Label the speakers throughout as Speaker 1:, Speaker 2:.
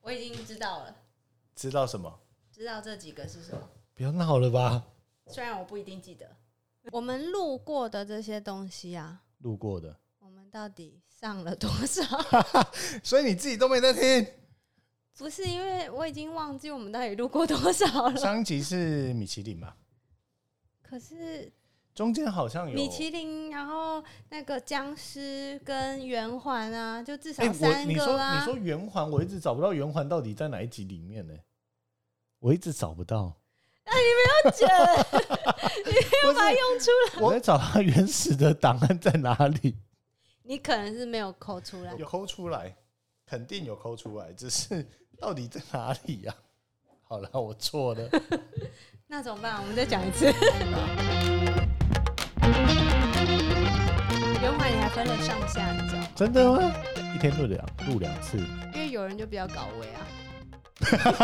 Speaker 1: 我已经知道了，
Speaker 2: 知道什么？
Speaker 1: 知道这几个是什么。
Speaker 2: 不要闹了吧！
Speaker 1: 虽然我不一定记得，我们路过的这些东西啊，
Speaker 2: 路过的，
Speaker 1: 我们到底上了多少？
Speaker 2: 所以你自己都没在听。
Speaker 1: 不是因为我已经忘记我们到底路过多少了。
Speaker 2: 上一集是米其林嘛，
Speaker 1: 可是
Speaker 2: 中间好像有
Speaker 1: 米其林，然后那个僵尸跟圆环啊，就至
Speaker 2: 哎、
Speaker 1: 少
Speaker 2: 我
Speaker 1: 三
Speaker 2: 你
Speaker 1: 个
Speaker 2: 说
Speaker 1: 啊。
Speaker 2: 你说圆环，我一直找不到圆环到底在哪一集里面呢、我一直找不到，
Speaker 1: 姐，
Speaker 2: 我
Speaker 1: 把它用出来，
Speaker 2: 我在找它原始的档案在哪里，
Speaker 1: 你可能是没有抠出来。
Speaker 2: 有抠出来，肯定有抠出来，只是到底在哪里呀、 好了，我错了。
Speaker 1: 那怎么办？我们再讲一次。
Speaker 2: 嗯
Speaker 1: 圆环你还分了上下，你知道吗？
Speaker 2: 真的吗？一天录两录两次，
Speaker 1: 因为有人就比较搞味啊。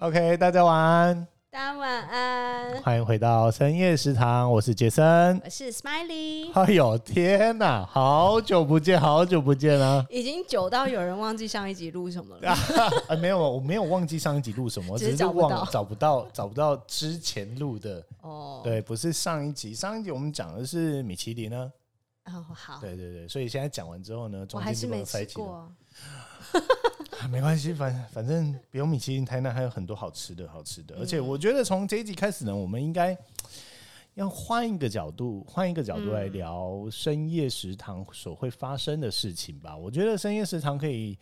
Speaker 2: OK，大家晚安，
Speaker 1: 大家晚安，
Speaker 2: 欢迎回到深夜食堂，我是杰森。
Speaker 1: 我是 Smiley，
Speaker 2: 哎呦天哪，好久不见，好久不见啊！
Speaker 1: 已经久到有人忘记上一集录什么了。
Speaker 2: 啊、啊没有，我没有忘记上一集录什么，我
Speaker 1: 只
Speaker 2: 只
Speaker 1: 是
Speaker 2: 是
Speaker 1: 找不
Speaker 2: 忘
Speaker 1: 到
Speaker 2: 了找不到找不到之前录的。
Speaker 1: 哦，
Speaker 2: 对，不是上一集，上一集我们讲的是米其林呢、
Speaker 1: 哦，好，
Speaker 2: 对对对，所以现在讲完之后呢，
Speaker 1: 我
Speaker 2: 中
Speaker 1: 还
Speaker 2: 间
Speaker 1: 是
Speaker 2: 就不
Speaker 1: 没
Speaker 2: 能塞
Speaker 1: 吃
Speaker 2: 起了。
Speaker 1: 过。
Speaker 2: 啊没关系，反反正不用米其林，台南还有很多好吃的，好吃的。而且我觉得从这一集开始呢，我们应该要换一个角度，换一个角度来聊深夜食堂所会发生的事情吧。我觉得深夜食堂可以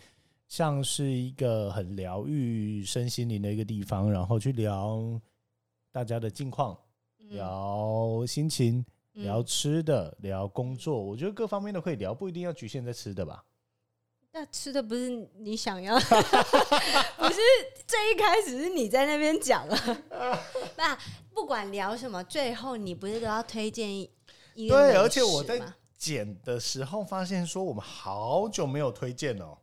Speaker 2: 像是一个很疗愈身心灵的一个地方，然后去聊大家的近况，聊心情，
Speaker 1: 嗯
Speaker 2: 聊吃的，聊工作。我觉得各方面都可以聊，不一定要局限在吃的吧。
Speaker 1: 那吃的不是你想 要，不是最一开始是你在那边讲了。那不管聊什么，最后你不是都要推荐一一个
Speaker 2: 对
Speaker 1: 美
Speaker 2: 而且我
Speaker 1: 食
Speaker 2: 在
Speaker 1: 吗
Speaker 2: 剪的时候发现说我们好久没有推荐了哦，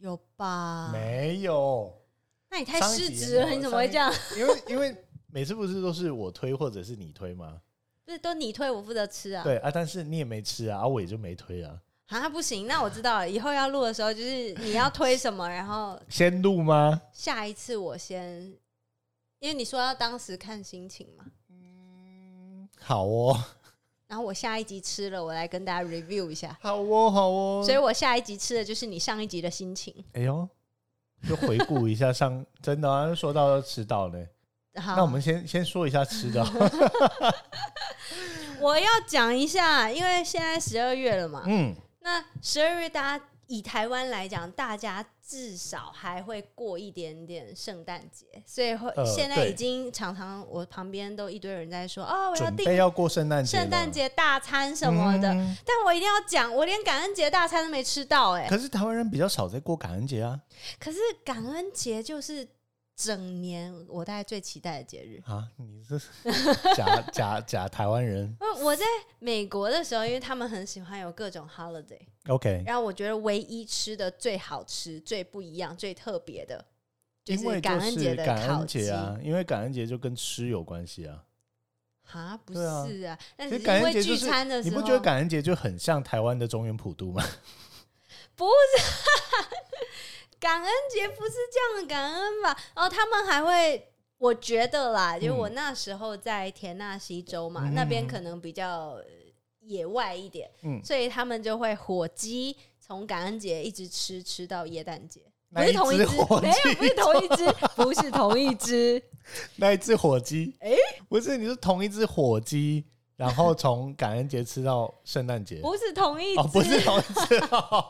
Speaker 1: 有
Speaker 2: 啊
Speaker 1: 吧？
Speaker 2: 没有，
Speaker 1: 那你太
Speaker 2: 上一
Speaker 1: 失
Speaker 2: 集
Speaker 1: 职了，
Speaker 2: 也没有
Speaker 1: 你怎么会这样？
Speaker 2: 因为 因为每次不是都是我推或者是你推吗？
Speaker 1: 不是都你推我负责吃啊？
Speaker 2: 对啊，但是你也没吃啊，啊我也就没推啊。
Speaker 1: 啊，不行，那我知道了，以后要录的时候就是你要推什么，然后
Speaker 2: 先录吗？
Speaker 1: 下一次我先，因为你说要当时看心情嘛，
Speaker 2: 好哦，
Speaker 1: 然后我下一集吃了，我来跟大家 review 一下。
Speaker 2: 好哦，好哦。
Speaker 1: 所以我下一集吃的就是你上一集的心情。
Speaker 2: 哎呦，就回顾一下上真的啊，说到要吃到呢。
Speaker 1: 好，
Speaker 2: 那我们先先说一下吃 的啊，
Speaker 1: 我要讲一下，因为现在十二月了嘛，
Speaker 2: 嗯，
Speaker 1: 那十二月大家以台湾来讲，大家至少还会过一点点圣诞节，所以会、
Speaker 2: 呃
Speaker 1: 现在已
Speaker 2: 对
Speaker 1: 经常常我旁边都一堆人在说哦，我要
Speaker 2: 准
Speaker 1: 订
Speaker 2: 备要过圣诞节，
Speaker 1: 圣诞节大餐什么的，
Speaker 2: 嗯
Speaker 1: 但我一定要讲，我连感恩节大餐都没吃到哎、
Speaker 2: 可是台湾人比较少在过感恩节啊
Speaker 1: 可是感恩节就是整年我大概最期待的节日。
Speaker 2: 啊！ 你这是假假假台湾人
Speaker 1: 呃我在美国的时候，因为他们很喜欢有各种 holiday，
Speaker 2: ，OK？
Speaker 1: 然后我觉得唯一吃的最好吃、最不一样、最特别的， 就
Speaker 2: 因为
Speaker 1: 是感恩节的
Speaker 2: 感
Speaker 1: 烤
Speaker 2: 恩
Speaker 1: 鸡
Speaker 2: 节啊，因为感恩节就跟吃有关系啊。
Speaker 1: 哈不
Speaker 2: 对啊
Speaker 1: 是啊，那只
Speaker 2: 其实
Speaker 1: 是
Speaker 2: 感
Speaker 1: 因
Speaker 2: 恩
Speaker 1: 为
Speaker 2: 节就
Speaker 1: 聚
Speaker 2: 是
Speaker 1: 餐的时
Speaker 2: 你
Speaker 1: 候，
Speaker 2: 不觉得感恩节就很像台湾的中原普渡吗？
Speaker 1: 感恩节不是这样的感恩吧？然后他们还会，我觉得啦，就我那时候在田纳西州嘛，
Speaker 2: 嗯
Speaker 1: 那边可能比较呃野外一点，
Speaker 2: 嗯
Speaker 1: 所以他们就会火鸡从感恩节一直吃吃到耶诞节。不
Speaker 2: 那
Speaker 1: 是
Speaker 2: 一
Speaker 1: 同一只，
Speaker 2: 只
Speaker 1: 哎
Speaker 2: 火
Speaker 1: 没有，不是同一只，不是同一只，
Speaker 2: 那一只火鸡，
Speaker 1: 诶
Speaker 2: 不是，你是同一只火鸡，然后从感恩节吃到圣诞节，
Speaker 1: 不是同一只。
Speaker 2: 哦，不是同一只哦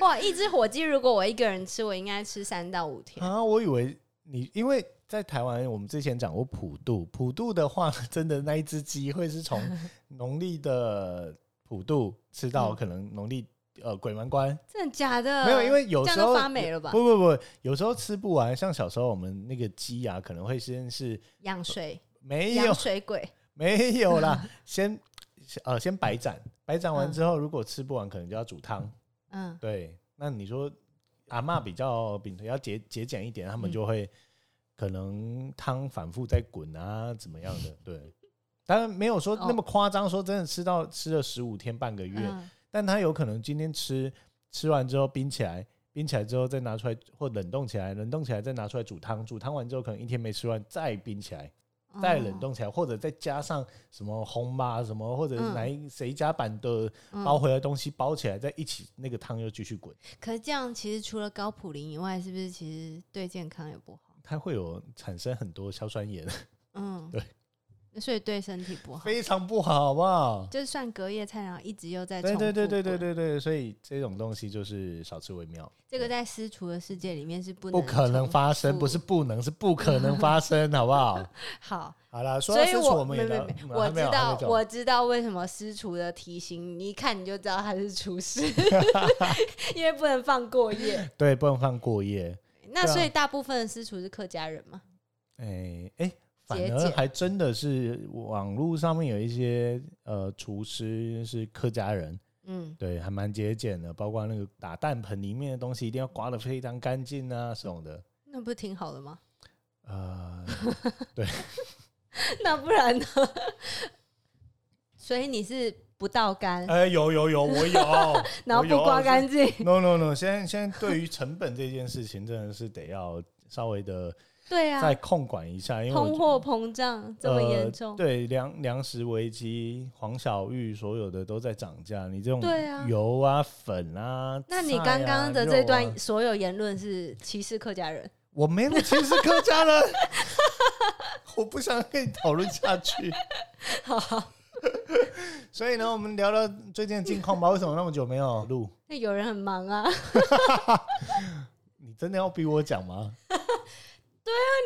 Speaker 1: 哇，一只火鸡，如果我一个人吃，我应该吃三到五天。
Speaker 2: 啊！我以为你因为。在台湾，我们之前讲过普渡，普渡的话，真的那一只鸡会 是从农历的普渡吃到
Speaker 1: 嗯
Speaker 2: 可能农历呃鬼门关，
Speaker 1: 真的假的？
Speaker 2: 没有，因为有
Speaker 1: 这样
Speaker 2: 时
Speaker 1: 都
Speaker 2: 候
Speaker 1: 发霉了吧？
Speaker 2: 不不不，有时候吃不完。像小时候我们那个鸡啊，可能会先是
Speaker 1: 养水，
Speaker 2: 没有
Speaker 1: 养水鬼。
Speaker 2: 没 有啦，先呃先白斩，白斩完之后，如果吃不完，可能就要煮汤。
Speaker 1: 嗯，
Speaker 2: 对，那你说阿嬷比较秉要节节俭一点，他
Speaker 1: 嗯
Speaker 2: 们就会可能汤反复在滚啊，怎么样的？对，当然没有说那么夸张，说真的吃到吃了十五天半个月，
Speaker 1: 哦嗯
Speaker 2: 但他有可能今天吃吃完之后冰起来，冰起来之后再拿出来，或冷冻起来，冷冻起来再拿出来煮汤，煮汤完之后可能一天没吃完再冰起来，
Speaker 1: 嗯
Speaker 2: 再
Speaker 1: 哦
Speaker 2: 冷冻起来，或者再加上什么红吧什么，或者
Speaker 1: 嗯
Speaker 2: 哪一谁家版的
Speaker 1: 嗯
Speaker 2: 包回来的东西包起来，再一起那个汤又继续滚，
Speaker 1: 可是这样其实除了高普林以外，是不是其实对健康也不好？
Speaker 2: 它会有产生很多硝酸 盐，
Speaker 1: 嗯，
Speaker 2: 对，
Speaker 1: 所以对身体不好。
Speaker 2: 非常不好，好不好？
Speaker 1: 就是算隔夜菜，然后一直又在
Speaker 2: 对
Speaker 1: 重
Speaker 2: 对对对
Speaker 1: 复滚，
Speaker 2: 对对对，所以这种东西就是少吃为妙，
Speaker 1: 这个在私厨的世界里面是不
Speaker 2: 不可能
Speaker 1: 重
Speaker 2: 发生，
Speaker 1: 复
Speaker 2: 不是不能，是不可能发生，好不好？
Speaker 1: 好，
Speaker 2: 好 啦，说
Speaker 1: 所
Speaker 2: 到
Speaker 1: 以
Speaker 2: 私厨，
Speaker 1: 我
Speaker 2: 们
Speaker 1: 没
Speaker 2: 也
Speaker 1: 没
Speaker 2: 聊
Speaker 1: 没，
Speaker 2: 嗯
Speaker 1: 我
Speaker 2: 还没
Speaker 1: 知
Speaker 2: 有还没
Speaker 1: 道
Speaker 2: 讲
Speaker 1: 我知道为什么私厨的提醒，你一看你就知道他是厨 师，因为不能放过夜。
Speaker 2: 对，不能放过夜。
Speaker 1: 那
Speaker 2: 对啊
Speaker 1: 所以大部分的私厨是客家人嘛？
Speaker 2: 哎、哎、反
Speaker 1: 节
Speaker 2: 而
Speaker 1: 俭
Speaker 2: 还真的是网络上面有一些呃厨师是客家人，
Speaker 1: 嗯，
Speaker 2: 对，还蛮节俭的，包括那个打蛋盆里面的东西一定要刮得非常干净啊，这种 的。
Speaker 1: 那不挺好的吗？
Speaker 2: 呃，
Speaker 1: 那不然呢？所以你是不倒 干，，
Speaker 2: 哎、有有有，我有
Speaker 1: 然后不
Speaker 2: 我有啊
Speaker 1: 刮干净，
Speaker 2: No No No，现在现在对于成本这件事情，真的是得要稍微的
Speaker 1: 对啊
Speaker 2: 再，控管一下，因为我
Speaker 1: 通货膨胀这么严重
Speaker 2: 呃，对粮粮食危机，黄小玉所有的都在涨价，你这种
Speaker 1: 对啊
Speaker 2: 油啊、粉啊，
Speaker 1: 那你
Speaker 2: 菜啊
Speaker 1: 刚刚的
Speaker 2: 肉
Speaker 1: 这
Speaker 2: 啊
Speaker 1: 段所有言论是歧视客家人，
Speaker 2: 我没有歧视客家人， 我不想跟你讨论下去。
Speaker 1: 好，
Speaker 2: 所以呢，我们聊聊最近的近况吧。为什么那么久没有录？
Speaker 1: 那有人很忙啊。
Speaker 2: 你真的要逼我讲吗？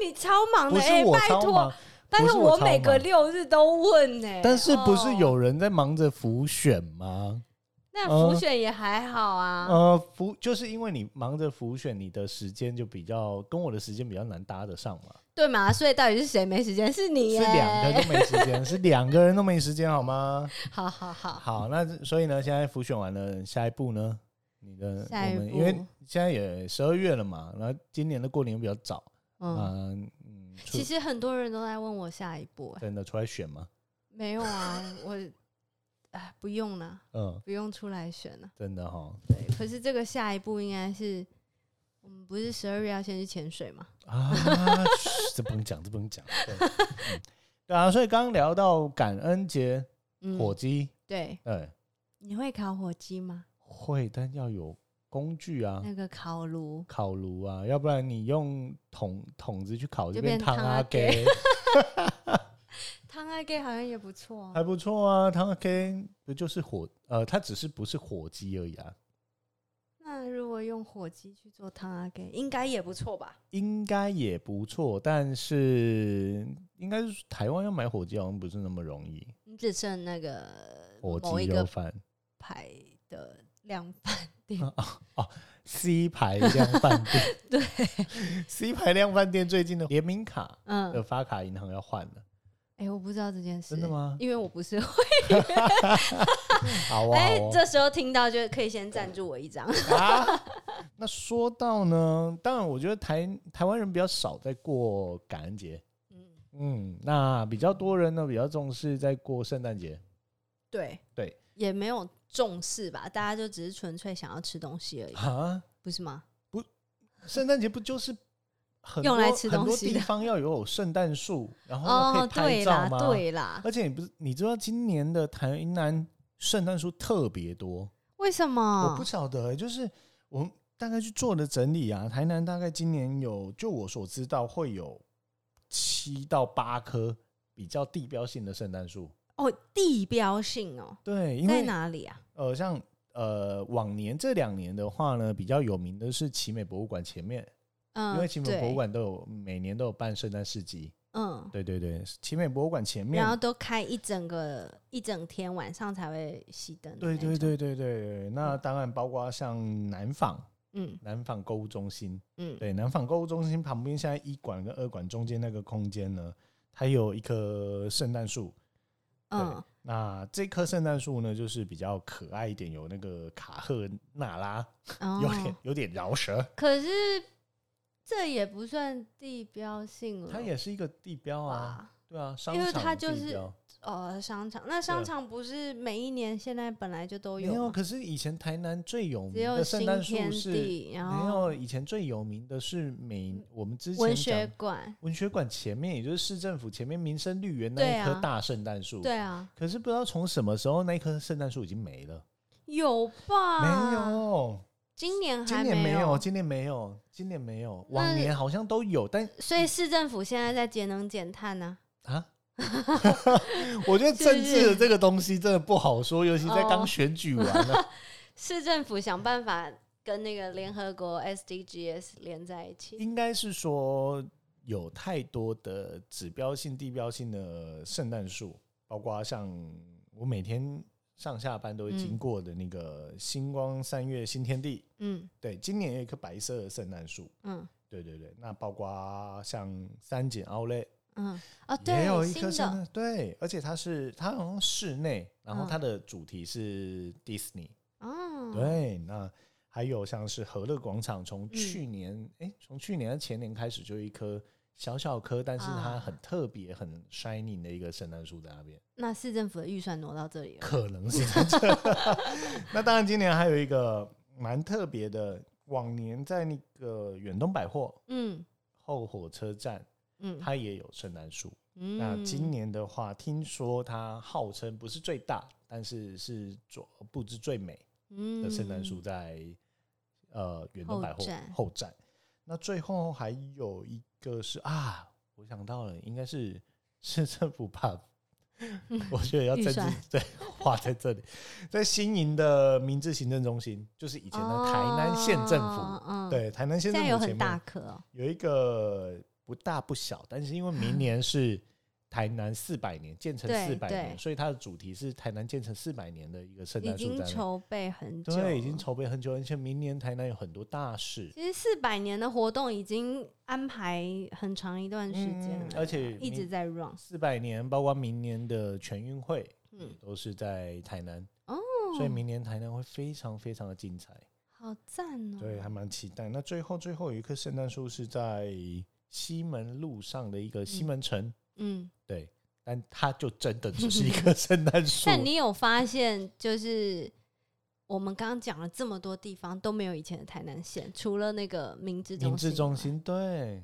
Speaker 1: 你超忙的，
Speaker 2: 不是
Speaker 1: 哎、
Speaker 2: 我
Speaker 1: 拜
Speaker 2: 超忙
Speaker 1: 托，，拜
Speaker 2: 不
Speaker 1: 托，
Speaker 2: 是我超
Speaker 1: 每个
Speaker 2: 忙
Speaker 1: 六日都问呢、
Speaker 2: 但是不是
Speaker 1: 哦
Speaker 2: 有人在忙着浮选吗？
Speaker 1: 那
Speaker 2: 呃
Speaker 1: 浮选也还好啊，
Speaker 2: 呃，浮就是因为你忙着浮选，你的时间就比较跟我的时间比较难搭得上嘛。
Speaker 1: 对嘛？所以到底是谁没时间？是你
Speaker 2: 是
Speaker 1: 耶、
Speaker 2: 两个都没时间，是两个人都没时间，好吗？
Speaker 1: 好好好，
Speaker 2: 好，那所以呢，现在浮选完了，下一步呢？你的
Speaker 1: 下一
Speaker 2: 我
Speaker 1: 步
Speaker 2: 们因为现在也十二月了嘛，然后今年的过年比较早，
Speaker 1: 嗯，
Speaker 2: 嗯嗯，出
Speaker 1: 其实很多人都在问我下一步、哎，
Speaker 2: 真的出来选嘛，
Speaker 1: 没有啊，我哎不用了，
Speaker 2: 嗯，
Speaker 1: 不用出来选了。
Speaker 2: 真的哈
Speaker 1: 对，可是这个下一步应该是我们不是十二月要先去潜水吗？
Speaker 2: 啊，嘘这不能讲，这不能讲。对,、嗯对啊，所以刚刚聊到感恩节
Speaker 1: 嗯，
Speaker 2: 火鸡，
Speaker 1: 对，
Speaker 2: 对，
Speaker 1: 你会烤火鸡吗？
Speaker 2: 会，但要有工具啊，
Speaker 1: 那个烤炉，
Speaker 2: 烤炉啊，要不然你用桶桶子去烤
Speaker 1: 就
Speaker 2: 就
Speaker 1: 变
Speaker 2: 变汤
Speaker 1: 汤啊
Speaker 2: 阿
Speaker 1: 阿
Speaker 2: 给，
Speaker 1: 汤阿给好像也不错、啊
Speaker 2: 还。不错啊。汤阿给不就是火呃，它只是不是火鸡而已啊，
Speaker 1: 那如果用火鸡去做汤阿给，应该也不错吧？
Speaker 2: 应该也不错，但是应该是台湾要买火鸡好像不是那么容易，
Speaker 1: 你只剩那个
Speaker 2: 火
Speaker 1: 某
Speaker 2: 鸡
Speaker 1: 一
Speaker 2: 肉
Speaker 1: 个
Speaker 2: 饭
Speaker 1: 牌的 量贩店，
Speaker 2: C 牌量饭 店，对，C 牌量饭店最近的联名卡
Speaker 1: 嗯，
Speaker 2: 的发卡银行要换了，
Speaker 1: 哎、我不知道这件事，
Speaker 2: 真的吗
Speaker 1: 因为我不是，
Speaker 2: 好啊，
Speaker 1: 哎、
Speaker 2: 好啊
Speaker 1: 这时候听到就可以先赞助我一张，
Speaker 2: 啊， 那说到呢，当然我觉得台台湾人比较少在过感恩节，
Speaker 1: 嗯，
Speaker 2: 嗯，那比较多人呢比较重视在过圣诞节，
Speaker 1: 对
Speaker 2: 对，
Speaker 1: 也没有重视吧，大家就只是纯粹想要吃东西而已，
Speaker 2: 啊，
Speaker 1: 不是吗？
Speaker 2: 圣诞节不就是很多
Speaker 1: 用来吃
Speaker 2: 很
Speaker 1: 东
Speaker 2: 多
Speaker 1: 西的哦
Speaker 2: 地方要有圣诞树，然后要哦可以拍
Speaker 1: 对
Speaker 2: 照
Speaker 1: 啦，
Speaker 2: 吗？
Speaker 1: 对啦，
Speaker 2: 而且你不是你知道今年的台南圣诞树特别多，
Speaker 1: 为什
Speaker 2: 我
Speaker 1: 么
Speaker 2: 不？晓得、就是我们大概去做的整理啊，台南大概今年有，就我所知道会有七到八棵比较地标性的圣诞树。
Speaker 1: 哦，地标性哦，
Speaker 2: 对，因
Speaker 1: 在
Speaker 2: 为
Speaker 1: 哪里啊？
Speaker 2: 呃，像呃往年这两年的话呢，比较有名的是奇美博物馆前面，
Speaker 1: 嗯，
Speaker 2: 因为奇美
Speaker 1: 对
Speaker 2: 博物，馆都有每年都有办圣诞市集。
Speaker 1: 嗯，
Speaker 2: 对对对，奇美博物馆前面
Speaker 1: 然后。都开一整个一整天，晚上才会熄灯。
Speaker 2: 对对，对对对对，那当然包括像南纺
Speaker 1: 嗯
Speaker 2: 南纺购物中心，
Speaker 1: 嗯，
Speaker 2: 对，南纺购物中心旁边现在一馆跟二馆中间那个空间呢，它有一棵圣诞树。
Speaker 1: 嗯，
Speaker 2: 那这棵圣诞树呢，就是比较可爱一点，有那个卡赫纳拉，有点
Speaker 1: 哦，
Speaker 2: 有点饶舌。
Speaker 1: 可是这也不算地标性了，
Speaker 2: 它也是一个地标啊，
Speaker 1: 吧？
Speaker 2: 对啊，商
Speaker 1: 嗯因为
Speaker 2: 场
Speaker 1: 它就
Speaker 2: 地
Speaker 1: 是
Speaker 2: 标
Speaker 1: 呃商场，那商场不是每一年现在本来就都
Speaker 2: 啊没有，啊
Speaker 1: 有吗，
Speaker 2: 可是以前台南最有
Speaker 1: 只
Speaker 2: 名
Speaker 1: 有
Speaker 2: 的圣
Speaker 1: 新
Speaker 2: 诞树
Speaker 1: 天
Speaker 2: 是
Speaker 1: 地，然
Speaker 2: 没
Speaker 1: 后
Speaker 2: 有，以前最有名的是美，我们之前
Speaker 1: 文学
Speaker 2: 讲
Speaker 1: 馆，
Speaker 2: 文学馆前面，也就是市政府前面民生绿园
Speaker 1: 对
Speaker 2: 那一棵
Speaker 1: 啊
Speaker 2: 大圣诞树。
Speaker 1: 对啊，
Speaker 2: 可是不知道从什么时候，那一棵圣诞树已经没了。
Speaker 1: 有吧？
Speaker 2: 没，有，
Speaker 1: 今年
Speaker 2: 今
Speaker 1: 啊还
Speaker 2: 年没
Speaker 1: 有
Speaker 2: 有，，今年没有，今年没有，
Speaker 1: 那
Speaker 2: 往年好像都有，但
Speaker 1: 所以市政府现在在节能减碳呢、
Speaker 2: 啊。我觉得
Speaker 1: 是不
Speaker 2: 政治的
Speaker 1: 是
Speaker 2: 这个东西真的不好说，尤其在刚
Speaker 1: 哦
Speaker 2: 选举完啊了，
Speaker 1: 市政府想办法跟那个联合国 SDGs 连在一起。
Speaker 2: 应该是说有太多的指标性、地标性的圣诞树，包括像我每天上下班都会经
Speaker 1: 嗯
Speaker 2: 过的那个星光三月新天地，
Speaker 1: 嗯
Speaker 2: 对，今年有一棵白色的圣诞树，
Speaker 1: 嗯
Speaker 2: 对对对，那包括像三井奥莱。
Speaker 1: 嗯，哦，
Speaker 2: 也有
Speaker 1: 对，
Speaker 2: 一
Speaker 1: 新
Speaker 2: 棵圣
Speaker 1: 的
Speaker 2: 诞，对，而且它是它好像室内，然后
Speaker 1: 嗯
Speaker 2: 它的主题是 Disney，、
Speaker 1: 哦，
Speaker 2: 对，那还有像是和乐广场，从
Speaker 1: 嗯
Speaker 2: 去年哎，从、去年还是前年开始就有一棵小小棵，但是它
Speaker 1: 啊
Speaker 2: 很特别、很 shining 的一个圣诞树在那边，
Speaker 1: 那市政府的预算挪到这里了。
Speaker 2: 可能是在这。 那当然，今年还有一个蛮特别的，往年在那个远东百货
Speaker 1: 嗯
Speaker 2: 后火车站，
Speaker 1: 嗯
Speaker 2: 它也有圣诞树。
Speaker 1: 嗯，
Speaker 2: 那今年的话，听说它号称不是最大，但是是做布置最美的圣诞树
Speaker 1: 嗯
Speaker 2: 在、呃远东百货
Speaker 1: 后站
Speaker 2: 后站。那最后还有一个是啊，我想到了，应该是市政府 把，我觉得要
Speaker 1: 预
Speaker 2: 政治
Speaker 1: 算
Speaker 2: 对画在这里，在新营的明治行政中心，就是以前的台南县政府，
Speaker 1: 哦嗯，
Speaker 2: 对台南县
Speaker 1: 现
Speaker 2: 政
Speaker 1: 在有
Speaker 2: 府前
Speaker 1: 很大
Speaker 2: 面
Speaker 1: 颗哦，
Speaker 2: 有一个不大不小，但是因为明年是台南四百年建成
Speaker 1: 对
Speaker 2: 四百年，
Speaker 1: 对
Speaker 2: 所以它的主题是台南建成四百年的一个圣
Speaker 1: 已
Speaker 2: 诞树
Speaker 1: 经
Speaker 2: 展览。
Speaker 1: 筹备很久，
Speaker 2: 对，已经。筹备很久，而且明年台南有很多大事，
Speaker 1: 其实四百年的活动已经安排很长一段时间了
Speaker 2: 嗯，而且
Speaker 1: 一直在 run。
Speaker 2: 四百年，包括明年的全运会，
Speaker 1: 嗯，
Speaker 2: 都是在台南，
Speaker 1: 哦，
Speaker 2: 所以明年台南会非常非常的精彩。
Speaker 1: 好赞哦！
Speaker 2: 对，还蛮期待。那最后最后有一棵圣诞树是在西门路上的一个西门城，
Speaker 1: 嗯，
Speaker 2: 对，但它就真的只是一棵圣 诞树。
Speaker 1: 但你有发现，就是我们刚刚讲了这么多地方都没有以前的台南县，除了那个明治中心。
Speaker 2: 明治中，心，对，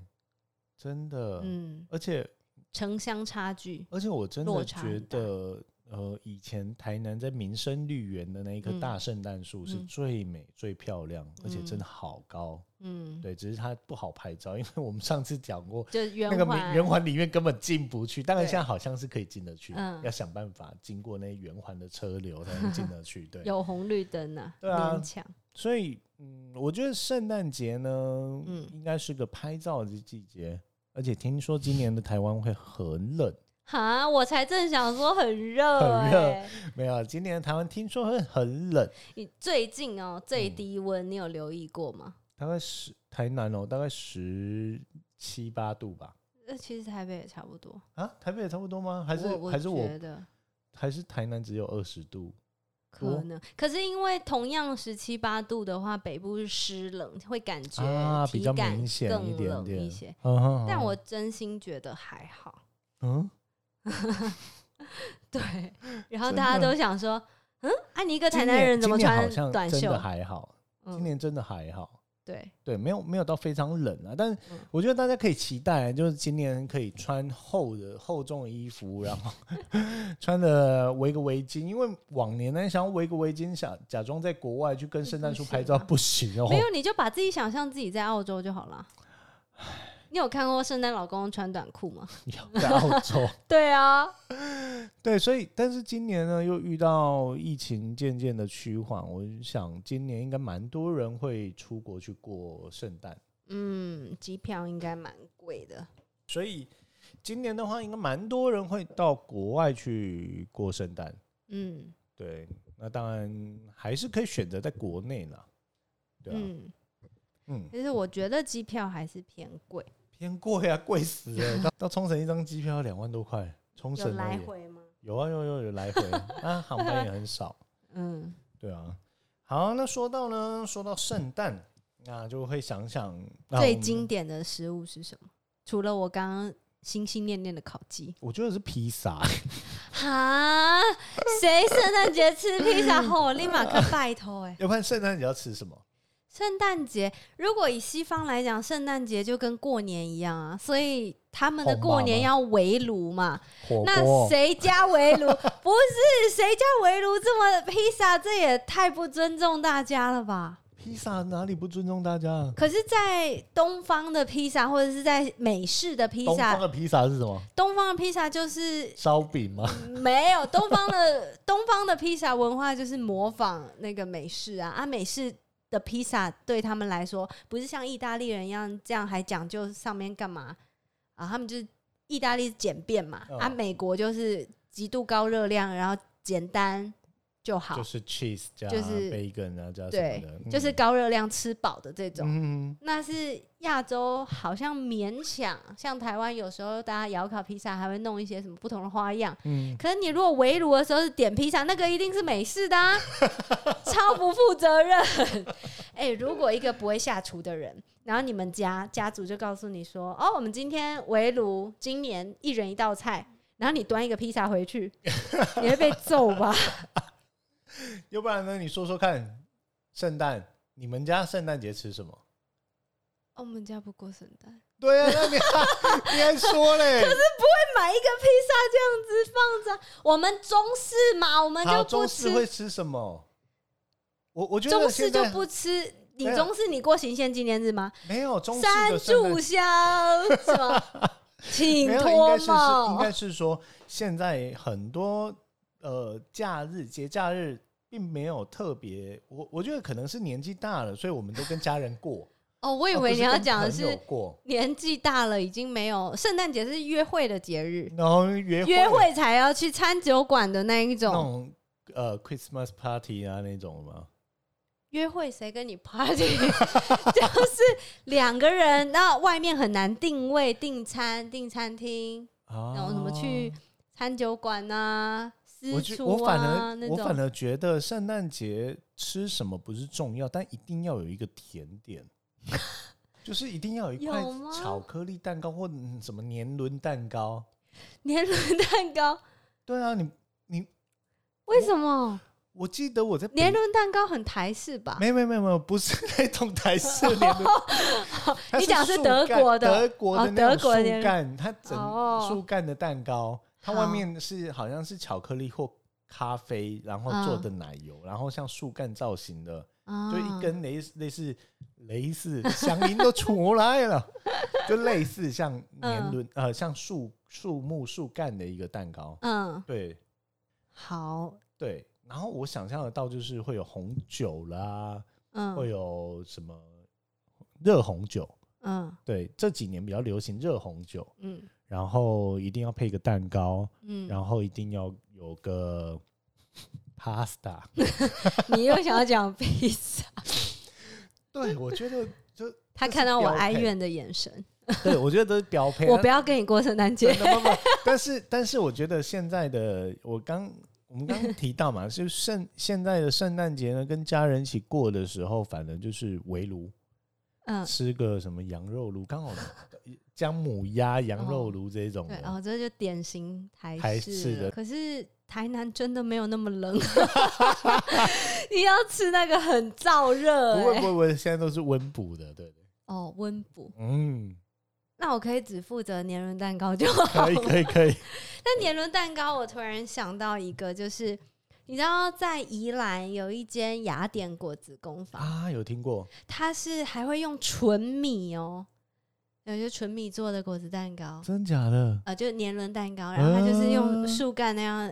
Speaker 2: 真的，
Speaker 1: 嗯，
Speaker 2: 而且
Speaker 1: 城乡差距，
Speaker 2: 而且我真的
Speaker 1: 落差
Speaker 2: 觉
Speaker 1: 很大
Speaker 2: 得，呃，以前台南在民生绿园的那一棵
Speaker 1: 嗯
Speaker 2: 大圣诞树是
Speaker 1: 嗯
Speaker 2: 最美、最漂亮，而且真的好高。
Speaker 1: 嗯，
Speaker 2: 对，只是它不好拍照，因为我们上次讲过，
Speaker 1: 就圆
Speaker 2: 那个民
Speaker 1: 环，
Speaker 2: 圆环里面根本进不去。当然
Speaker 1: 对
Speaker 2: 现在好像是可以进得去，
Speaker 1: 嗯
Speaker 2: 要想办法经过那圆环的车流才能进得去。 对，
Speaker 1: 有红绿灯啊，
Speaker 2: 对啊
Speaker 1: 勉强，
Speaker 2: 所以嗯，我觉得圣诞节呢，
Speaker 1: 嗯
Speaker 2: 应该是个拍照的季节。而且听说今年的台湾会很冷，
Speaker 1: 哈，我才正想说很热、欸，
Speaker 2: 很热没有？啊今年的台湾听说会很冷，
Speaker 1: 你最近哦，最
Speaker 2: 嗯
Speaker 1: 低温、你有留意过吗？
Speaker 2: 大概十台南哦，大概十七八度吧。
Speaker 1: 那呃其实台北也差不多，
Speaker 2: 啊，台北也差不多吗？还是
Speaker 1: 我我
Speaker 2: 还是我
Speaker 1: 觉得
Speaker 2: 还是台南只有二十度？多
Speaker 1: 可能，可是因为同样十七八度的话，北部是湿冷，会感觉
Speaker 2: 啊比
Speaker 1: 体
Speaker 2: 较
Speaker 1: 感
Speaker 2: 明显一
Speaker 1: 更
Speaker 2: 点
Speaker 1: 冷
Speaker 2: 点
Speaker 1: 些。
Speaker 2: 嗯哼
Speaker 1: 但
Speaker 2: 哼
Speaker 1: 我真心觉得还好，
Speaker 2: 嗯，
Speaker 1: 对。然后
Speaker 2: 真
Speaker 1: 大家
Speaker 2: 的
Speaker 1: 都想说，嗯，啊，你一个台
Speaker 2: 今
Speaker 1: 南
Speaker 2: 年
Speaker 1: 人怎么
Speaker 2: 今年好
Speaker 1: 穿
Speaker 2: 像
Speaker 1: 短
Speaker 2: 真
Speaker 1: 袖
Speaker 2: 的？还好，今
Speaker 1: 嗯，
Speaker 2: 年真的还好。
Speaker 1: 对，
Speaker 2: 对，没有没有到非常冷啊，但
Speaker 1: 嗯
Speaker 2: 我觉得大家可以期待，就是今年可以穿厚的厚重的衣服，然 后穿的围个围巾，因为往年呢想要围个围巾，想假装在国外去跟圣诞树拍照不
Speaker 1: 不
Speaker 2: 行哦
Speaker 1: 没，有你就把自己想象自己在澳洲就好了。你有看过圣诞老公公穿短裤吗？
Speaker 2: 要在澳洲。
Speaker 1: 对啊，
Speaker 2: 对，所以但是今年呢又遇到疫情渐渐的趋缓，我想今年应该蛮多人会出国去过圣诞，
Speaker 1: 嗯，机票应该蛮贵的。
Speaker 2: 所以今年的话应该蛮多人会到国外去过圣诞。
Speaker 1: 嗯，
Speaker 2: 对，那当然还是可以选择在国内啦。对啊，
Speaker 1: 嗯，
Speaker 2: 嗯，
Speaker 1: 但是我觉得机票还是偏贵，
Speaker 2: 偏贵啊，贵死 了。到到冲绳一张机票两万多块，冲
Speaker 1: 有
Speaker 2: 绳而
Speaker 1: 来
Speaker 2: 已
Speaker 1: 回吗？
Speaker 2: 有啊有有有来回啊，航班也很少。
Speaker 1: 嗯，
Speaker 2: 对啊，好，那说到呢，说到圣诞，那就会想想那我
Speaker 1: 最
Speaker 2: 们
Speaker 1: 经典的食物是什么？除了我刚刚心心念念的烤鸡？
Speaker 2: 我觉得是披萨，
Speaker 1: 哈，谁圣诞节吃披 萨？吼，我立马跟拜托哎、
Speaker 2: 要不然圣诞节要吃什么？
Speaker 1: 圣诞节，如果以西方来讲，圣诞节就跟过年一样啊，所以他们的
Speaker 2: 红
Speaker 1: 过
Speaker 2: 吧
Speaker 1: 年
Speaker 2: 吗
Speaker 1: 要围炉嘛。
Speaker 2: 火
Speaker 1: 那
Speaker 2: 锅。
Speaker 1: 谁家围炉？ 不是谁家围炉这么披萨，这也太不尊重大家了吧？
Speaker 2: 披萨哪里不尊重大家啊？
Speaker 1: 可是，在东方的披萨，或者是在美式的披
Speaker 2: 东
Speaker 1: 萨，
Speaker 2: 方的披萨是什么？
Speaker 1: 东方的披萨就是
Speaker 2: 烧饼吗？
Speaker 1: 没有东方的 东方的披萨文化就是模仿那个美式啊，啊美式的披萨对他们来说不是像意大利人一样这样还讲究上面干嘛啊，他们就是意大利简便嘛，
Speaker 2: 嗯
Speaker 1: 啊美国就是极度高热量，然后简单就好，
Speaker 2: 就是 cheese 加
Speaker 1: 就是
Speaker 2: bacon 啊，加什么
Speaker 1: 对
Speaker 2: 的，，
Speaker 1: 就是高热量吃饱的这种。
Speaker 2: 嗯，嗯
Speaker 1: 那是亚洲，好像勉强像台湾，有时候大家窑烤披萨还会弄一些什么不同的花样。
Speaker 2: 嗯，
Speaker 1: 可是你如果围炉的时候是点披萨，那个一定是美式的、 啊，超不负责任。 哎、如果一个不会下厨的人，然后你们家家族就告诉你说，哦，我们今天围炉，今年一人一道菜，然后你端一个披萨回 去，你会被揍吧？
Speaker 2: 要不然呢？你说说看，圣诞你们家圣诞节吃什么？
Speaker 1: 哦我们家不过圣诞，
Speaker 2: 对啊，那你还你还说嘞？
Speaker 1: 哎买一个披萨这样子放着，我们中式嘛，我们
Speaker 2: 好，
Speaker 1: 就不
Speaker 2: 中式
Speaker 1: 吃
Speaker 2: 会，吃什么？我我觉得
Speaker 1: 中式
Speaker 2: 现
Speaker 1: 就
Speaker 2: 在
Speaker 1: 不吃。你
Speaker 2: 没有
Speaker 1: 中式你过行宪纪念日吗？
Speaker 2: 没有中式
Speaker 1: 三
Speaker 2: 的圣诞
Speaker 1: 炷香 是吧？请
Speaker 2: 没有，应
Speaker 1: 脱
Speaker 2: 该是是应
Speaker 1: 帽
Speaker 2: 该。是说现在很多呃假日节假日并没有特别，我我觉得可能是年纪大了，所以我们都跟家人过。
Speaker 1: 哦， 我以
Speaker 2: 我
Speaker 1: 为你要讲的是
Speaker 2: 过，
Speaker 1: 年纪大了已经没有圣诞节是约会的节日，
Speaker 2: 然后约
Speaker 1: 约会才要去餐酒馆的那一
Speaker 2: 那
Speaker 1: 种。
Speaker 2: 种呃 Christmas party 啊那种吗？
Speaker 1: 约会谁跟你 party？就是两个人，那外面很难定位、订餐、订餐厅，
Speaker 2: 啊，
Speaker 1: 然后什么去餐酒馆啊、
Speaker 2: 我
Speaker 1: 私
Speaker 2: 觉
Speaker 1: 厨
Speaker 2: 我反
Speaker 1: 啊
Speaker 2: 而
Speaker 1: 那
Speaker 2: 我反
Speaker 1: 种。
Speaker 2: 而觉得圣诞节吃什么不是重要，但一定要有一个甜点， 就是一定要有一块
Speaker 1: 有吗
Speaker 2: 巧克力蛋糕或嗯什么年轮蛋糕。
Speaker 1: 年轮蛋糕
Speaker 2: 对啊，你
Speaker 1: 为什么？
Speaker 2: 我记得我在北
Speaker 1: 年轮蛋糕很台式吧？
Speaker 2: 没有没有没有没有，不是那种台式年轮， 它
Speaker 1: 你讲是
Speaker 2: 树
Speaker 1: 德
Speaker 2: 干
Speaker 1: 国的
Speaker 2: 德国的
Speaker 1: 哦
Speaker 2: 那
Speaker 1: 德国的哦
Speaker 2: 种树
Speaker 1: 年
Speaker 2: 干，它整
Speaker 1: 哦
Speaker 2: 树干的蛋糕，它外
Speaker 1: 好
Speaker 2: 面是好像是巧克力或咖啡，然后做
Speaker 1: 嗯
Speaker 2: 的奶油，然后像树干造型的。
Speaker 1: 啊
Speaker 2: 就一根类似类似类似响铃都出来了， 就类似像年轮、呃像树树木树干的一个蛋糕，
Speaker 1: 嗯，
Speaker 2: 对
Speaker 1: 好，
Speaker 2: 对。然后我想象得到就是会有红酒啦，会
Speaker 1: 嗯
Speaker 2: 有什么热红酒，
Speaker 1: 嗯
Speaker 2: 对，这几年比较流行热红酒，
Speaker 1: 嗯
Speaker 2: 然后一定要配个蛋糕，
Speaker 1: 嗯，
Speaker 2: 然后一定要有个 pasta。
Speaker 1: 你又想要讲披 萨？
Speaker 2: 对，我觉得就
Speaker 1: 他
Speaker 2: 这是
Speaker 1: 看到我
Speaker 2: 标配
Speaker 1: 哀怨的眼神，
Speaker 2: 对，我觉得都是标 配。啊
Speaker 1: 我不要跟你过圣诞节
Speaker 2: 真。的不不，但是但是我觉得现在的我刚我们刚刚提到嘛，就是圣现在的圣诞节呢，跟家人一起过的时候，反正就是围炉，
Speaker 1: 嗯，
Speaker 2: 吃个什么羊肉炉，刚好姜母鸭、羊肉炉这种
Speaker 1: 对，
Speaker 2: 的。
Speaker 1: 哦，这就典型台
Speaker 2: 台式
Speaker 1: 式了
Speaker 2: 的
Speaker 1: 可是台南真的没有那么冷， 你要吃那个很燥热、
Speaker 2: 不会
Speaker 1: 欸。
Speaker 2: 不会，现在都是温补的，对对，
Speaker 1: 哦，温补。
Speaker 2: 嗯，
Speaker 1: 那我可以只负责年轮蛋糕就好。
Speaker 2: 可以可以可以，
Speaker 1: 那年轮蛋糕，我突然想到一个，就是你知道在宜兰有一间雅典果子工坊。
Speaker 2: 啊，有听过，
Speaker 1: 它是还会用纯米哦，有些纯米做的果子蛋糕，
Speaker 2: 真假的，
Speaker 1: 呃，就是年轮蛋糕，然后它就是用
Speaker 2: 啊
Speaker 1: 树干那样，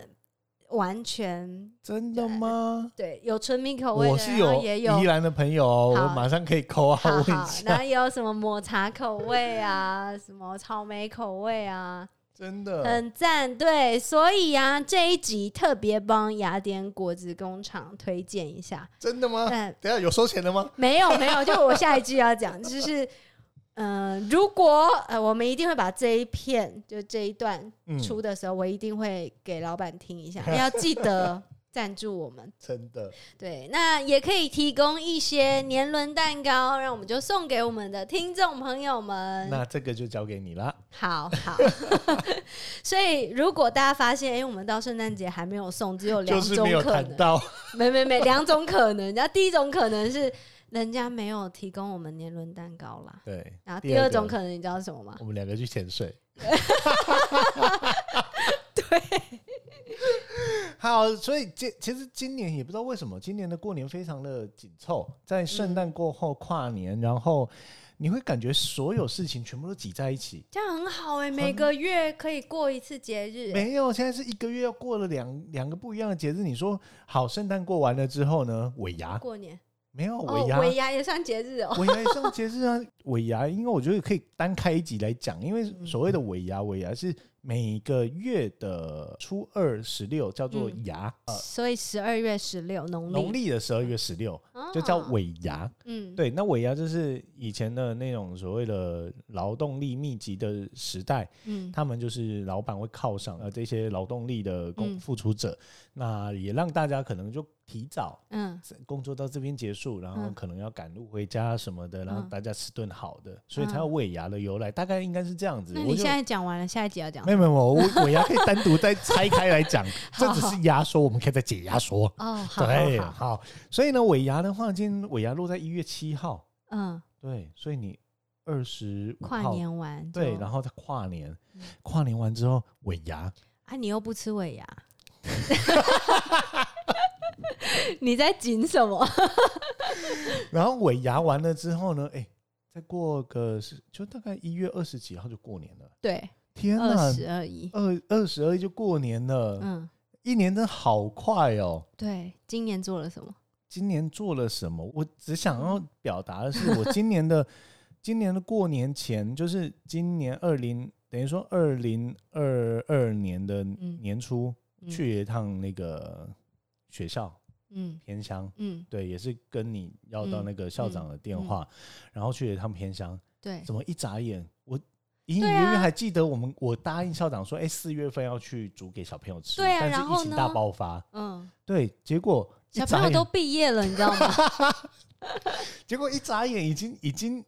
Speaker 1: 完全
Speaker 2: 真的吗？
Speaker 1: 对，有纯米口味的，
Speaker 2: 我是
Speaker 1: 然
Speaker 2: 有
Speaker 1: 后哦也有
Speaker 2: 宜。兰的朋友哦，
Speaker 1: 好
Speaker 2: 我马上可以扣啊，
Speaker 1: 好
Speaker 2: 问一
Speaker 1: 好，
Speaker 2: 下，
Speaker 1: 然后也有什么抹茶口味啊， 什么草莓口味啊，
Speaker 2: 真的，
Speaker 1: 很赞。对，所以啊，这一集特别帮雅典果子工厂推荐一下。
Speaker 2: 真的吗？
Speaker 1: 但
Speaker 2: 等一下有收钱的吗？
Speaker 1: 没有没有，就我下一句要讲，就是，嗯、如果呃，我们一定会把这一片就这一段
Speaker 2: 嗯
Speaker 1: 出的时候，我一定会给老板听一下，要记得赞助我们。
Speaker 2: 真的，
Speaker 1: 对，那也可以提供一些年轮蛋糕，让我们就送给我们的听众朋友们。
Speaker 2: 那这个就交给你啦。
Speaker 1: 好好， 所以如果大家发现，哎、我们到圣诞节还没有送，只有两
Speaker 2: 就是
Speaker 1: 种
Speaker 2: 没有
Speaker 1: 可
Speaker 2: 谈
Speaker 1: 能，
Speaker 2: 到，
Speaker 1: 没没没，两种可能。然后第一种可能是人家没有提供我们年轮蛋糕啦，
Speaker 2: 对，
Speaker 1: 然后
Speaker 2: 第
Speaker 1: 第
Speaker 2: 二
Speaker 1: 二
Speaker 2: 个
Speaker 1: 种可能你知道是什么吗？
Speaker 2: 我们两个去潜 水。对，好，所以今其实今年也不知道为什么，今年的过年非常的紧凑，在圣诞过后跨年，然后你会感觉所有事情全部都挤在一起。
Speaker 1: 这样很好哎、每个月可以过一次节日、欸，
Speaker 2: 没有，现在是一个月要过了两两个不一样的节日。你说好，圣诞过完了之后呢？尾牙
Speaker 1: 哎过年
Speaker 2: 没有
Speaker 1: 哦
Speaker 2: 尾，牙，
Speaker 1: 尾牙也算节日哦。
Speaker 2: 尾牙也算节日啊，尾牙，因为我觉得可以单开一集来讲，因为
Speaker 1: 嗯
Speaker 2: 所谓的尾牙，尾牙是每个月的初二十六叫做
Speaker 1: 嗯
Speaker 2: 牙，呃，
Speaker 1: 所以十二月十六农历
Speaker 2: 农历的十二月十六就叫
Speaker 1: 哦
Speaker 2: 尾牙。
Speaker 1: 嗯，
Speaker 2: 对，那尾牙就是以前的那种所谓的劳动力密集的时代，
Speaker 1: 嗯
Speaker 2: 他们就是老板会犒赏呃这些劳动力的工
Speaker 1: 嗯
Speaker 2: 付出者，那也让大家可能就提早
Speaker 1: 嗯
Speaker 2: 工作到这边结束，然后
Speaker 1: 嗯
Speaker 2: 可能要赶路回家什么的，然后
Speaker 1: 嗯
Speaker 2: 大家吃顿好的，所以才有尾牙的由来，大概应该是这样子。
Speaker 1: 那
Speaker 2: 我
Speaker 1: 你
Speaker 2: 就
Speaker 1: 现在讲完了，下一集要讲，
Speaker 2: 没有没有，我我尾牙可以单独再拆开来讲 这只是压缩，我们可以再解压缩。
Speaker 1: 哦， 好
Speaker 2: 对，
Speaker 1: 好好，
Speaker 2: 好，所以呢，尾牙的话，今天尾牙落在一月七号，
Speaker 1: 嗯，
Speaker 2: 对，所以你二十五
Speaker 1: 跨
Speaker 2: 号
Speaker 1: 年完
Speaker 2: 对，
Speaker 1: 就
Speaker 2: 然后再跨年
Speaker 1: 嗯，
Speaker 2: 跨年完之后尾牙，
Speaker 1: 啊，你又不吃尾牙， 你在紧什么？
Speaker 2: 然后尾牙完了之后呢，哎，再过个是就大概一月二十几号就过年了，
Speaker 1: 对，
Speaker 2: 天
Speaker 1: 二
Speaker 2: 哪！
Speaker 1: 十而已。
Speaker 2: 二二十而已就过年了，
Speaker 1: 嗯，
Speaker 2: 一年真的好快哦。
Speaker 1: 对，今年做了什么？
Speaker 2: 今年做了什么？我只想要
Speaker 1: 嗯
Speaker 2: 表达的是，我今 年的今年的过年前，就是今年二零，等于说二零二二年的
Speaker 1: 嗯
Speaker 2: 年初、
Speaker 1: 嗯
Speaker 2: 去一趟那个学校
Speaker 1: 嗯
Speaker 2: 偏乡，
Speaker 1: 嗯，
Speaker 2: 对，也是跟你要到
Speaker 1: 嗯
Speaker 2: 那个校长的电话，然后去了一趟偏乡，
Speaker 1: 对，
Speaker 2: 怎么一眨眼我。隐隐
Speaker 1: 对
Speaker 2: 约
Speaker 1: 啊
Speaker 2: 约还记得我们，我答应校长说，哎、四月份要去煮给小朋友吃，
Speaker 1: 对啊
Speaker 2: 但
Speaker 1: 然
Speaker 2: 是疫
Speaker 1: 后
Speaker 2: 情
Speaker 1: 呢
Speaker 2: 大爆发，
Speaker 1: 嗯，
Speaker 2: 对，结果一
Speaker 1: 小
Speaker 2: 眨
Speaker 1: 朋友
Speaker 2: 眼
Speaker 1: 都毕业了，你知道 吗？
Speaker 2: 结果一眨眼已经已经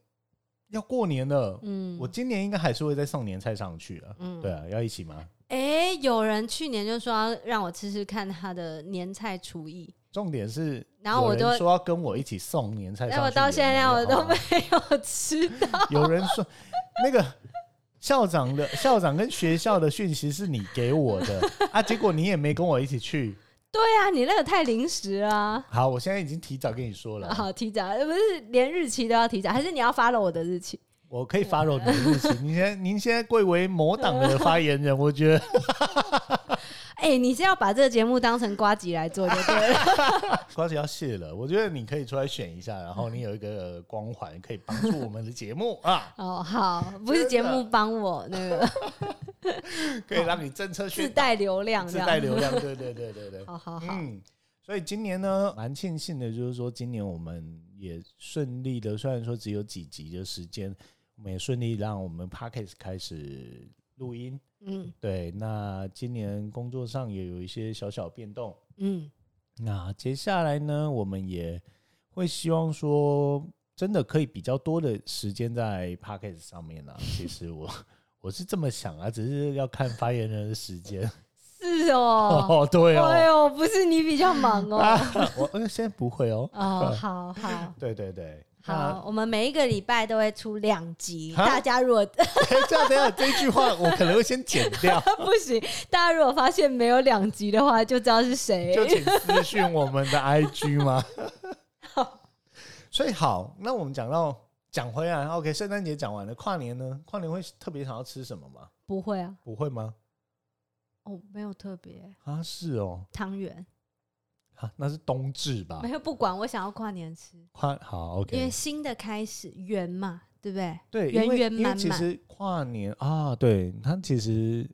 Speaker 2: 要过年了。
Speaker 1: 嗯，
Speaker 2: 我今年应该还是会再送年菜上去啊。
Speaker 1: 嗯
Speaker 2: 对啊，要一起吗？
Speaker 1: 哎，有人去年就说要让我吃吃看他的年菜厨艺，
Speaker 2: 重点是，
Speaker 1: 然后我都
Speaker 2: 说要跟我一起送年菜上去，
Speaker 1: 但我到现在我都
Speaker 2: 有没
Speaker 1: 没有吃到。
Speaker 2: 有。有人说那个。校长的校长跟学校的讯息是你给我的啊，结果你也没跟我一起去。
Speaker 1: 对啊，你那个太临时 啊。
Speaker 2: 好，我现在已经提早跟你说了，
Speaker 1: 好，提早呃不是连日期都要提早，还是你要发了我的日期？
Speaker 2: 我可以 follow 你的日期。您现在您现在贵为某党的发言人，我觉得
Speaker 1: 哎、你是要把这个节目当成瓜吉来做就对 了。
Speaker 2: 瓜子要谢了，我觉得你可以出来选一下，然后你有一个光环可以帮助我们的节目 啊，
Speaker 1: 哦，好，不是节目帮我那个
Speaker 2: 可以让你政策
Speaker 1: 自
Speaker 2: 宣
Speaker 1: 带流量
Speaker 2: 自
Speaker 1: 这
Speaker 2: 带
Speaker 1: 样。
Speaker 2: 流量，对对对对对，
Speaker 1: 好好好，
Speaker 2: 嗯，所以今年呢，蛮庆幸的，就是说今年我们也顺利的，虽然说只有几集的时间，我们也顺利让我们 podcast 开始录音。
Speaker 1: 嗯
Speaker 2: 对，那今年工作上也有一些小小变动，
Speaker 1: 嗯
Speaker 2: 那接下来呢，我们也会希望说，真的可以比较多的时间在 p o c k e t 上面啦、其实我我是这么想啊，只是要看发言人的时间。
Speaker 1: 是哦。
Speaker 2: 哦，对
Speaker 1: 哎
Speaker 2: 哦，
Speaker 1: 呦，不是你比较忙
Speaker 2: 啊
Speaker 1: 哦。，
Speaker 2: 我呃现在不会哦。
Speaker 1: 哦，好好
Speaker 2: 对对对，
Speaker 1: 好，我们每一个礼拜都会出两集，
Speaker 2: 啊哈
Speaker 1: 大家 如果
Speaker 2: 那，等一下等一下，这一句话我可能会先剪掉，
Speaker 1: 不行，大家如果发现没有两集的话，就知道是谁。
Speaker 2: 就请私讯我们的 IG 嘛。所以好，那我们讲到讲回来，OK，圣诞节讲完了，跨年呢？跨年会特别想要吃什么吗？
Speaker 1: 不会啊，
Speaker 2: 不会吗？
Speaker 1: 哦，没有特别
Speaker 2: 啊，是哦，
Speaker 1: 汤圆，
Speaker 2: 啊，那是冬至吧
Speaker 1: 没？有不管，我想要跨年吃，
Speaker 2: 跨好
Speaker 1: 因为
Speaker 2: ，OK，
Speaker 1: 新的开始圆嘛，对不对？
Speaker 2: 对，
Speaker 1: 圆
Speaker 2: 因为
Speaker 1: 圆
Speaker 2: 因为
Speaker 1: 满
Speaker 2: 其
Speaker 1: 满
Speaker 2: 实跨年啊，对，它其实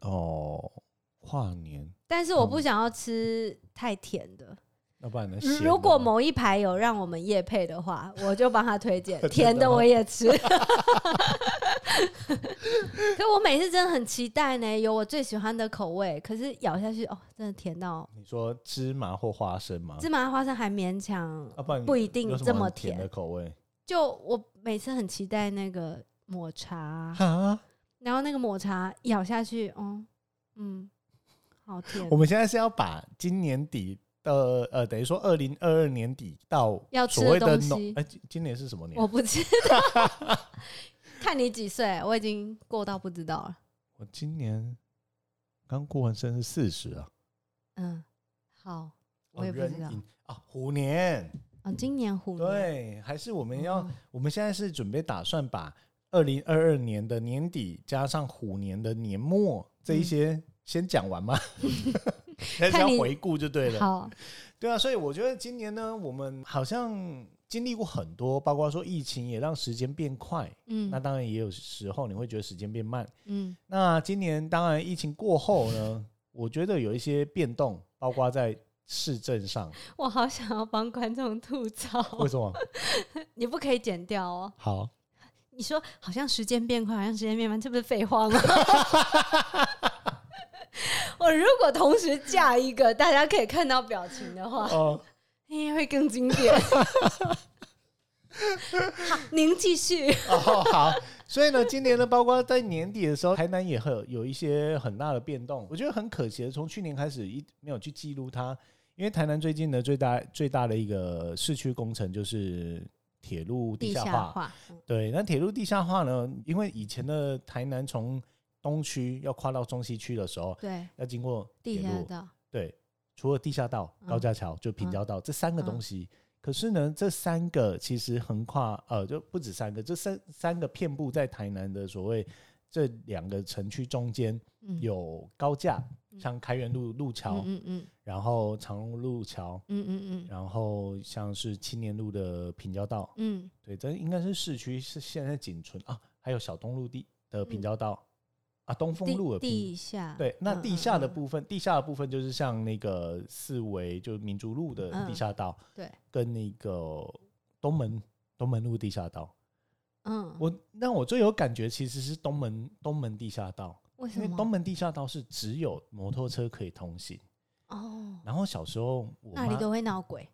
Speaker 2: 哦，跨年
Speaker 1: 但是我
Speaker 2: 嗯
Speaker 1: 不想要吃太甜的，
Speaker 2: 要不然呢？咸
Speaker 1: 如果
Speaker 2: 的
Speaker 1: 某一排有让我们夜配的话， 我就帮他推荐
Speaker 2: 真的，吗
Speaker 1: 甜的我也吃。 可我每次真的很期待呢，有我最喜欢的口味，可是咬下去哦，真的甜到
Speaker 2: 你说芝麻或花生吗？
Speaker 1: 芝麻花生还勉强
Speaker 2: 要不然
Speaker 1: 不一定
Speaker 2: 有什
Speaker 1: 这
Speaker 2: 么
Speaker 1: 么
Speaker 2: 很甜的
Speaker 1: 甜
Speaker 2: 口味
Speaker 1: 就我每次很期待那个抹茶，
Speaker 2: 啊？
Speaker 1: 然后那个抹茶咬下去，哦，嗯，好甜
Speaker 2: 我，们现在是要把今年底的呃，等于说二零二二年底到
Speaker 1: 要吃
Speaker 2: 所谓的
Speaker 1: 的东
Speaker 2: 农
Speaker 1: 西
Speaker 2: 哎，今今年是什么年
Speaker 1: 我？不知道。 看你几岁，我已经过到不知道了。
Speaker 2: 我今年刚过完生日四十啊，
Speaker 1: 嗯，好，我
Speaker 2: 哦
Speaker 1: 也不
Speaker 2: 壬
Speaker 1: 知道。
Speaker 2: 寅啊，虎年
Speaker 1: 啊，今年虎年，
Speaker 2: 对，还是我们要
Speaker 1: 哦
Speaker 2: 我们现在是准备打算把二零二二年的年底加上虎年的年末这一些先讲完 吗？ 还
Speaker 1: 嗯
Speaker 2: 是
Speaker 1: 看
Speaker 2: 要
Speaker 1: 你
Speaker 2: 回顾就对了。
Speaker 1: 好，
Speaker 2: 对啊，所以我觉得今年呢，我们好像经历过很多，包括说疫情也让时间变快，那
Speaker 1: 嗯
Speaker 2: 当然也有时候你会觉得时间变慢。
Speaker 1: 嗯，
Speaker 2: 那今年当然疫情过后呢，我觉得有一些变动，包括在市政上，
Speaker 1: 我好想要帮观众吐槽
Speaker 2: 为，什么？
Speaker 1: 你不可以剪掉哦。
Speaker 2: 好，
Speaker 1: 你说好像时间变快，好像时间变慢，这不是废话吗？ 我如果同时架一个大家可以看到表情的话，
Speaker 2: 哦、
Speaker 1: 应该会更经典。好，您继续。
Speaker 2: 哦，好。所以呢，今年呢，包括在年底的时候，台南也很有一些很大的变动。我觉得很可惜的，从去年开始一没有去记录它，因为台南最近的最大最大的一个市区工程就是铁路地下化。
Speaker 1: 化，嗯
Speaker 2: 对，那铁路地下化呢，因为以前的台南从东区要跨到中西区的时候，
Speaker 1: 对，
Speaker 2: 要经过
Speaker 1: 地
Speaker 2: 铁
Speaker 1: 下
Speaker 2: 路，
Speaker 1: 道，
Speaker 2: 对，除了地下道、
Speaker 1: 嗯
Speaker 2: 高架桥就平交道、这三个东西。可是呢，这三个其实横跨呃，就不止三个，这三三个遍布在台南的所谓这两个城区中间
Speaker 1: 嗯，
Speaker 2: 有高架，
Speaker 1: 嗯
Speaker 2: 像开元路路桥，
Speaker 1: 嗯嗯
Speaker 2: 然后长荣路桥，
Speaker 1: 嗯嗯嗯
Speaker 2: 然后像是青年路的平交道，
Speaker 1: 嗯
Speaker 2: 对，这应该是市区是现在仅存啊，还有小东路地的平交道、啊，东
Speaker 1: 嗯，
Speaker 2: 风路
Speaker 1: 地
Speaker 2: 的平
Speaker 1: 地下，
Speaker 2: 对，那
Speaker 1: 嗯
Speaker 2: 地
Speaker 1: 嗯
Speaker 2: 下的
Speaker 1: 嗯
Speaker 2: 部分，地下的部分就是像那个四维，就是民族路的地
Speaker 1: 嗯
Speaker 2: 下道，
Speaker 1: 对，
Speaker 2: 跟那个东门东门路地下道。
Speaker 1: 嗯，
Speaker 2: 我让我最有感觉其实是东门东门地下道，
Speaker 1: 为什
Speaker 2: 因为
Speaker 1: 么？
Speaker 2: 东门地下道是只有摩托车可以通行。
Speaker 1: 哦，
Speaker 2: 然后小时候我
Speaker 1: 那里
Speaker 2: 妈
Speaker 1: 都会闹鬼。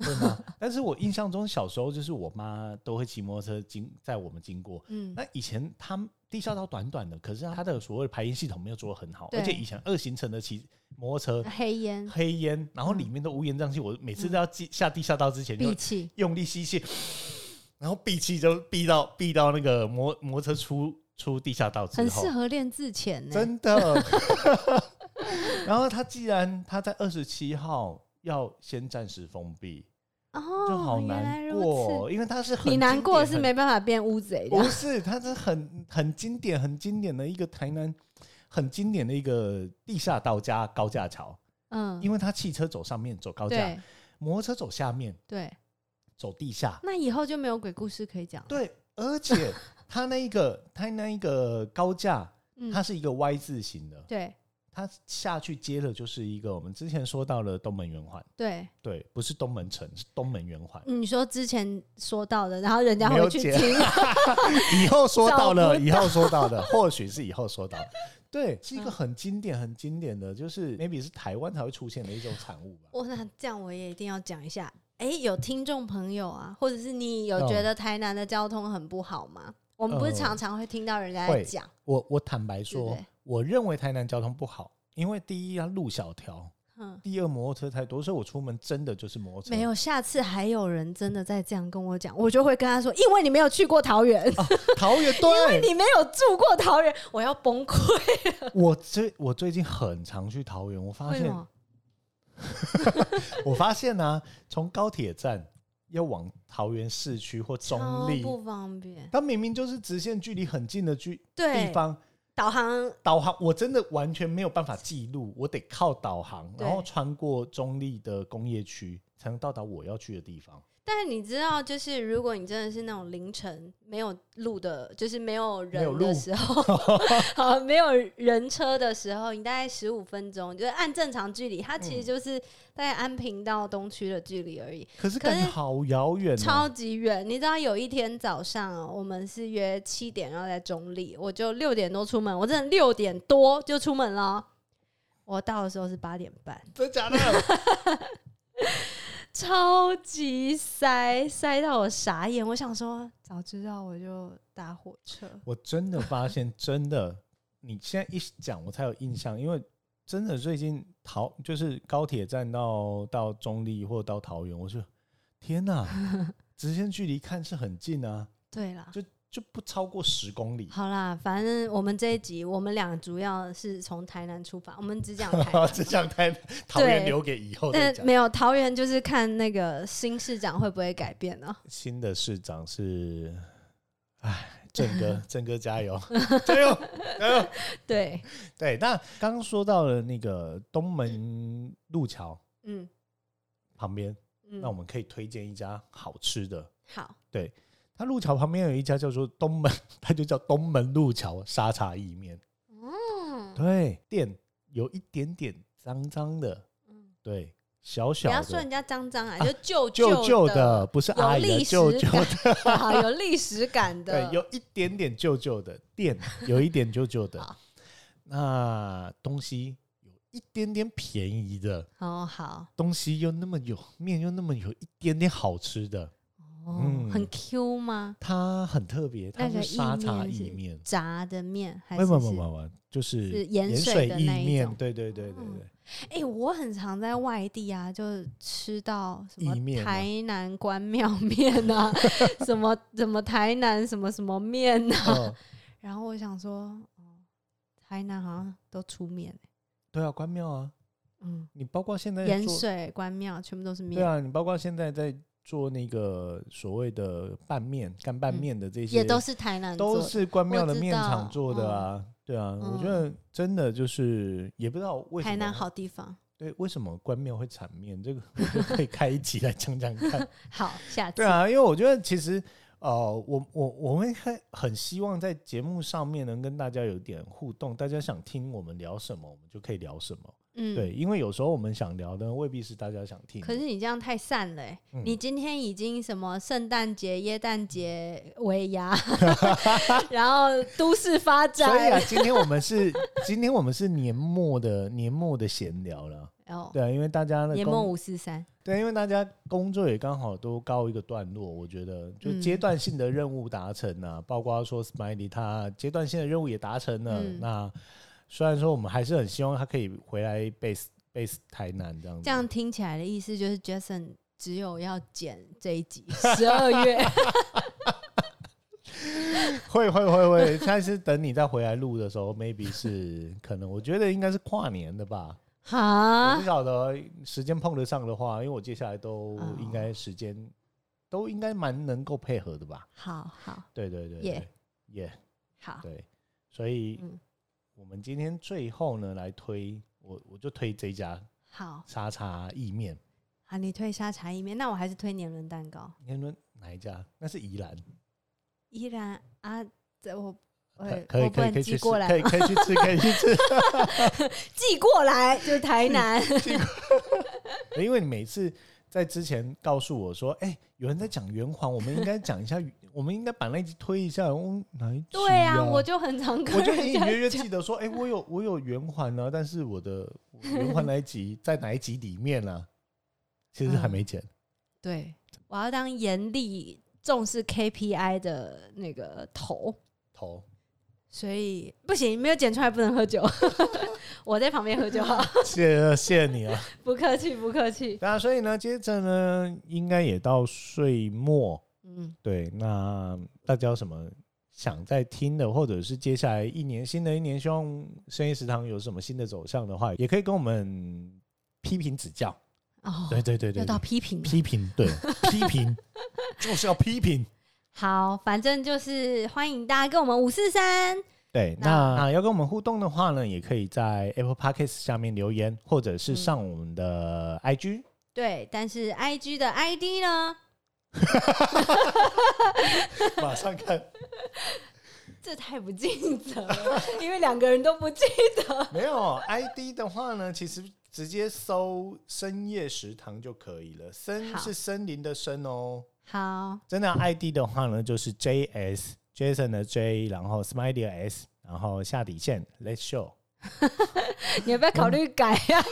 Speaker 2: 会吗？但是我印象中小时候就是我妈都会骑摩托车经在我们经过，
Speaker 1: 嗯，
Speaker 2: 那以前他们地下道短短的，可是它的所谓的排烟系统没有做得很好，
Speaker 1: 对
Speaker 2: 而且以前二行程的骑摩托车
Speaker 1: 黑烟、
Speaker 2: 黑
Speaker 1: 嗯
Speaker 2: 烟，然后里面都乌烟瘴气，我每次都要进下地下道之前就
Speaker 1: 闭气，
Speaker 2: 用力吸气， 然后闭气就闭到闭到那个摩摩托车出出地下道之
Speaker 1: 很适
Speaker 2: 后，
Speaker 1: 合练字前呢。
Speaker 2: 真的。 然后他既然他在二十七号要先暂时封闭，
Speaker 1: 哦，
Speaker 2: 就好
Speaker 1: 原来
Speaker 2: 难
Speaker 1: 如
Speaker 2: 过，因为他是
Speaker 1: 此
Speaker 2: 很
Speaker 1: 你难
Speaker 2: 经
Speaker 1: 过
Speaker 2: 典
Speaker 1: 是
Speaker 2: 很
Speaker 1: 没办法变乌贼
Speaker 2: 不
Speaker 1: 的。
Speaker 2: 是，它是很很经典、很经典的一个台南很经典的一个地下道加高架桥，
Speaker 1: 嗯，
Speaker 2: 因为它汽车走上面走高架，
Speaker 1: 对
Speaker 2: 摩托车走下面
Speaker 1: 对，
Speaker 2: 走地下，
Speaker 1: 那以后就没有鬼故事可以讲了。
Speaker 2: 对，而且它那一个它那一个高架，它
Speaker 1: 嗯，
Speaker 2: 是一个 Y 字形的，
Speaker 1: 对
Speaker 2: 它下去接的就是一个我们之前说到的东门圆环，
Speaker 1: 对，
Speaker 2: 对，不是东门城，是东门圆 环。
Speaker 1: 你说之前说到的，然后人家
Speaker 2: 没
Speaker 1: 会
Speaker 2: 有
Speaker 1: 去
Speaker 2: 剪
Speaker 1: 听。
Speaker 2: 以后说到了，
Speaker 1: 找不
Speaker 2: 以后说到的，或许是以后说到。对，是一个很经典、很经典的，就是 maybe 是台湾才会出现的一种产物吧。
Speaker 1: 我那这样我也一定要讲一下。哎、有听众朋友啊，或者是你有觉得台南的交通很不好吗？我们不是
Speaker 2: 嗯呃
Speaker 1: 常常会听到人家在
Speaker 2: 会
Speaker 1: 讲，
Speaker 2: 我我坦白说，
Speaker 1: 对不对
Speaker 2: 我认为台南交通不好，因为第一它路小条，
Speaker 1: 嗯，
Speaker 2: 第二摩托车太多，所以我出门真的就是摩托车。
Speaker 1: 没有。下次还有人真的在这样跟我讲，我就会跟他说，因为你没有去过桃园，
Speaker 2: 哦桃园，
Speaker 1: 因为
Speaker 2: 对，
Speaker 1: 你没有住过桃园，我要崩溃。
Speaker 2: 我最我最近很常去桃园，我 发
Speaker 1: 为什
Speaker 2: 现
Speaker 1: 么？
Speaker 2: 我发现呢、从高铁站要往桃园市区或中
Speaker 1: 超
Speaker 2: 立，
Speaker 1: 哦不方便。
Speaker 2: 它明明就是直线距离很近的距地
Speaker 1: 对，
Speaker 2: 方，
Speaker 1: 导航
Speaker 2: 导航我真的完全没有办法记录，我得靠导航，
Speaker 1: 对
Speaker 2: 然后穿过中立的工业区才能到达我要去的地方。
Speaker 1: 但是你知道，就是如果你真的是那种凌晨没有路的，就是没有
Speaker 2: 没有
Speaker 1: 人
Speaker 2: 路
Speaker 1: 的时候， 好没有人车的时候，你大概十五分钟，就是按正常距离，它其
Speaker 2: 嗯
Speaker 1: 实就是大概安平到东区的距离而已，
Speaker 2: 可是
Speaker 1: 可
Speaker 2: 感觉
Speaker 1: 是
Speaker 2: 好遥远、哦，
Speaker 1: 超级远。你知道有一天早上、哦，我们是约七点要在中立，我就六点多出门，我真的六点多就出门了哦，我到的时候是八点半。
Speaker 2: 真假的？
Speaker 1: 超级塞，塞到我傻眼。我想说，早知道我就搭火车。
Speaker 2: 我真的发现，真的，你现在一讲我才有印象，因为真的最近桃就是高铁站到到中立或到桃园，我就天哪、 直线距离看是很近啊，
Speaker 1: 对啦，
Speaker 2: 就不超过十公 里。
Speaker 1: 好啦，反正我们这一集，我们俩主要是从台南出发，我们只讲 台南。
Speaker 2: 只想台桃园
Speaker 1: 对
Speaker 2: 留给以后 再
Speaker 1: 但
Speaker 2: 讲。
Speaker 1: 没有桃园，就是看那个新市长会不会改变呢、
Speaker 2: 新的市长是，哎，郑 哥，郑哥加油，加油，加油！
Speaker 1: 对，
Speaker 2: 对，那刚刚说到了那个东门路桥
Speaker 1: 嗯
Speaker 2: 旁边，
Speaker 1: 嗯，
Speaker 2: 那我们可以推荐一家好吃的。
Speaker 1: 好，
Speaker 2: 它路桥旁边有一家叫做东门， 它就叫东门路桥沙茶意面。
Speaker 1: 嗯
Speaker 2: 对，店有一点点脏脏的，
Speaker 1: 嗯，
Speaker 2: 对，小
Speaker 1: 不
Speaker 2: 小
Speaker 1: 要说
Speaker 2: 的
Speaker 1: 人，家脏脏啊，就旧
Speaker 2: 旧旧
Speaker 1: 的，
Speaker 2: 不是
Speaker 1: 有
Speaker 2: 阿姨的
Speaker 1: 历史
Speaker 2: 旧旧的，
Speaker 1: 感，好有历史感
Speaker 2: 对
Speaker 1: 的，，
Speaker 2: 有一点点旧旧的店，有一点旧旧 的
Speaker 1: 好。
Speaker 2: 那东西有一点点便宜的，
Speaker 1: 哦好，
Speaker 2: 东西又那么有面，又那么有一点点好吃的，
Speaker 1: 哦，
Speaker 2: 嗯
Speaker 1: 很 Q 吗？
Speaker 2: 它很特别，它
Speaker 1: 那
Speaker 2: 是
Speaker 1: 个
Speaker 2: 沙
Speaker 1: 意
Speaker 2: 茶
Speaker 1: 面
Speaker 2: 意
Speaker 1: 是
Speaker 2: 面。
Speaker 1: 炸的面还
Speaker 2: 没
Speaker 1: 是
Speaker 2: 有
Speaker 1: 是？
Speaker 2: 没有没有没有，就是
Speaker 1: 是盐
Speaker 2: 盐
Speaker 1: 水
Speaker 2: 水
Speaker 1: 的
Speaker 2: 意
Speaker 1: 那一
Speaker 2: 面，
Speaker 1: 种
Speaker 2: 对对对对
Speaker 1: 哦
Speaker 2: 对，
Speaker 1: 哎、我很常在外地啊，就吃到什么
Speaker 2: 意面吗啊
Speaker 1: 台南关庙面啊， 什么什么台南什么什么面啊，
Speaker 2: 嗯，
Speaker 1: 然后我想说，哦，台南好像都出面、欸，
Speaker 2: 对啊，关庙啊，
Speaker 1: 嗯，
Speaker 2: 你包括现在
Speaker 1: 盐
Speaker 2: 做，
Speaker 1: 水关庙全部都是
Speaker 2: 对
Speaker 1: 面，
Speaker 2: 啊，你包括现在在做那个所谓的拌面、干拌
Speaker 1: 嗯
Speaker 2: 面的这些，
Speaker 1: 也都是台南
Speaker 2: 都
Speaker 1: 做的
Speaker 2: 是关庙
Speaker 1: 我
Speaker 2: 的
Speaker 1: 知
Speaker 2: 面厂
Speaker 1: 道嗯
Speaker 2: 做的啊，对啊，我觉得真的就是也不知道为什么
Speaker 1: 台南好地方。
Speaker 2: 对，为什么关庙会产面，这个我觉得可以开一集来讲讲看。
Speaker 1: 好，下次
Speaker 2: 对啊，因为我觉得其实呃，我我我们很很希望在节目上面能跟大家有点互动，大家想听我们聊什么，我们就可以聊什么。
Speaker 1: 嗯，
Speaker 2: 对，因为有时候我们想聊的未必是大家想听的。
Speaker 1: 可是你这样太散了、欸，
Speaker 2: 嗯
Speaker 1: 你今天已经什么圣诞节、耶诞节、尾 牙，然后都市发展
Speaker 2: 所，以啊，今天我们是今天我们是年末的年末的闲聊了，
Speaker 1: 哦，
Speaker 2: 对啊，嗯因为大家的
Speaker 1: 年末
Speaker 2: 工
Speaker 1: 五四三，
Speaker 2: 对，因为大家工作也刚好都告一个段落，我觉得就
Speaker 1: 嗯
Speaker 2: 阶段性的任务达成啊，包括说 Smiley 他阶段性的任务也达成了。
Speaker 1: 嗯
Speaker 2: 那虽然说我们还是很希望他可以回来 base base 台南这样子，
Speaker 1: 这样听起来的意思就是 Jason 只有要剪这一 集，十二月
Speaker 2: 会会会会，下一次等你再回来录的时候，maybe 是可能，我觉得应该是跨年的吧。我
Speaker 1: 哈
Speaker 2: 不，晓得时间碰得上的话，因为我接下来都
Speaker 1: 哦
Speaker 2: 应该时间、都应该蛮能够配合的吧。
Speaker 1: 好好
Speaker 2: 对对对对，
Speaker 1: Yeah
Speaker 2: 耶
Speaker 1: 好，
Speaker 2: 对，所以
Speaker 1: 嗯
Speaker 2: 我们今天最后呢来推，我我就推这家
Speaker 1: 好
Speaker 2: 沙茶意面。
Speaker 1: 啊，你推沙茶意面，那我还是推年轮蛋糕，
Speaker 2: 你说哪一家？那是宜兰，
Speaker 1: 依然啊，这我我
Speaker 2: 可
Speaker 1: 也
Speaker 2: 可以
Speaker 1: 我不
Speaker 2: 可以可
Speaker 1: 能
Speaker 2: 以去
Speaker 1: 寄
Speaker 2: 吃，
Speaker 1: 过来
Speaker 2: 可以
Speaker 1: 吗，
Speaker 2: 可以去吃，可以去吃。
Speaker 1: 寄过来就是台南，
Speaker 2: 因为你每次在之前告诉我说，哎、有人在讲圆环，我们应该讲一下， 我们应该把那一集推一下。嗯，哪一集、
Speaker 1: 对
Speaker 2: 啊，
Speaker 1: 啊，我就很常跟
Speaker 2: 我就
Speaker 1: 人
Speaker 2: 隐
Speaker 1: 家
Speaker 2: 隐约约
Speaker 1: 讲
Speaker 2: 记得说，哎、我有我有圆环呢，但是我的我圆环那一集在哪一集里面呢、其实还没
Speaker 1: 嗯
Speaker 2: 剪。
Speaker 1: 对，我要当严厉重视 KPI 的那个头，
Speaker 2: 头
Speaker 1: 所以不行，没有剪出来不能喝 酒。我在旁边喝酒，啊
Speaker 2: 谢谢谢谢你啊！
Speaker 1: 不客气，不客气。
Speaker 2: 对啊，所以呢，接着呢，应该也到岁末，
Speaker 1: 嗯，
Speaker 2: 对，那大家有什么想在听的，或者是接下来一年新的一年，希望深夜食堂有什么新的走向的话，也可以跟我们批评指教。
Speaker 1: 哦，
Speaker 2: 对对对对
Speaker 1: 要到
Speaker 2: 对，
Speaker 1: 批评了。
Speaker 2: 批评对批评就是要批评。
Speaker 1: 好，反正就是欢迎大家跟我们五四三，
Speaker 2: 对， 那
Speaker 1: 那
Speaker 2: 啊要跟我们互动的话呢，也可以在 Apple Podcast 下面留言，或者是
Speaker 1: 嗯
Speaker 2: 上我们的 IG、
Speaker 1: 对，但是 IG 的 ID 呢？
Speaker 2: 马上看，
Speaker 1: 这太不尽责 了，因为两个人都不记得。
Speaker 2: 没有 ID 的话呢，其实直接搜“深夜食堂”就可以了。森
Speaker 1: 好
Speaker 2: 是森林的森哦，
Speaker 1: 好，
Speaker 2: 真的 ID 的话呢，就是 JS Jason 的 J，然后 Smiley 的 S，然后下底线 Let's Show。
Speaker 1: 你要不要考虑改呀、啊？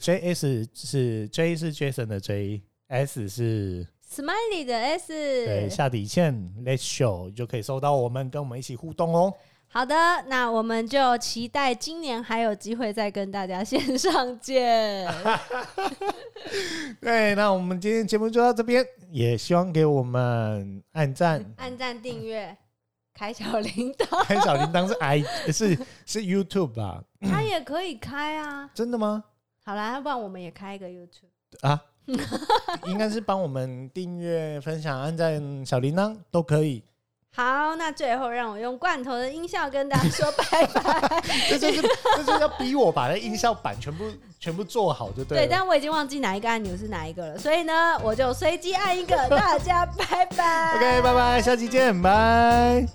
Speaker 2: JS 是 J 是 Jason 的 J，S 是
Speaker 1: Smiley 的 S，
Speaker 2: 对下底线 Let's Show 就可以收到我们，跟我们一起互动哦。
Speaker 1: 好的，那我们就期待今年还有机会再跟大家线上见。、
Speaker 2: 对，那我们今天节目就到这边，也希望给我们按赞
Speaker 1: 按赞、订阅、开小铃铛，
Speaker 2: 开小铃铛是 i 是是 YouTube 吧？
Speaker 1: 它也可以开啊。
Speaker 2: 真的吗？
Speaker 1: 好啦，要不然我们也开一个 YouTube。
Speaker 2: 啊，应该是帮我们订阅、分享、按赞、小铃铛都可以。
Speaker 1: 好，那最后让我用罐头的音效跟大家说拜拜。
Speaker 2: 这就是这就是要逼我把那音效版全部全部做好就对
Speaker 1: 对，
Speaker 2: 了。
Speaker 1: 但我已经忘记哪一个按钮是哪一个了，所以呢，我就随机按一个。大 家拜拜。
Speaker 2: OK，拜拜，下期见，拜。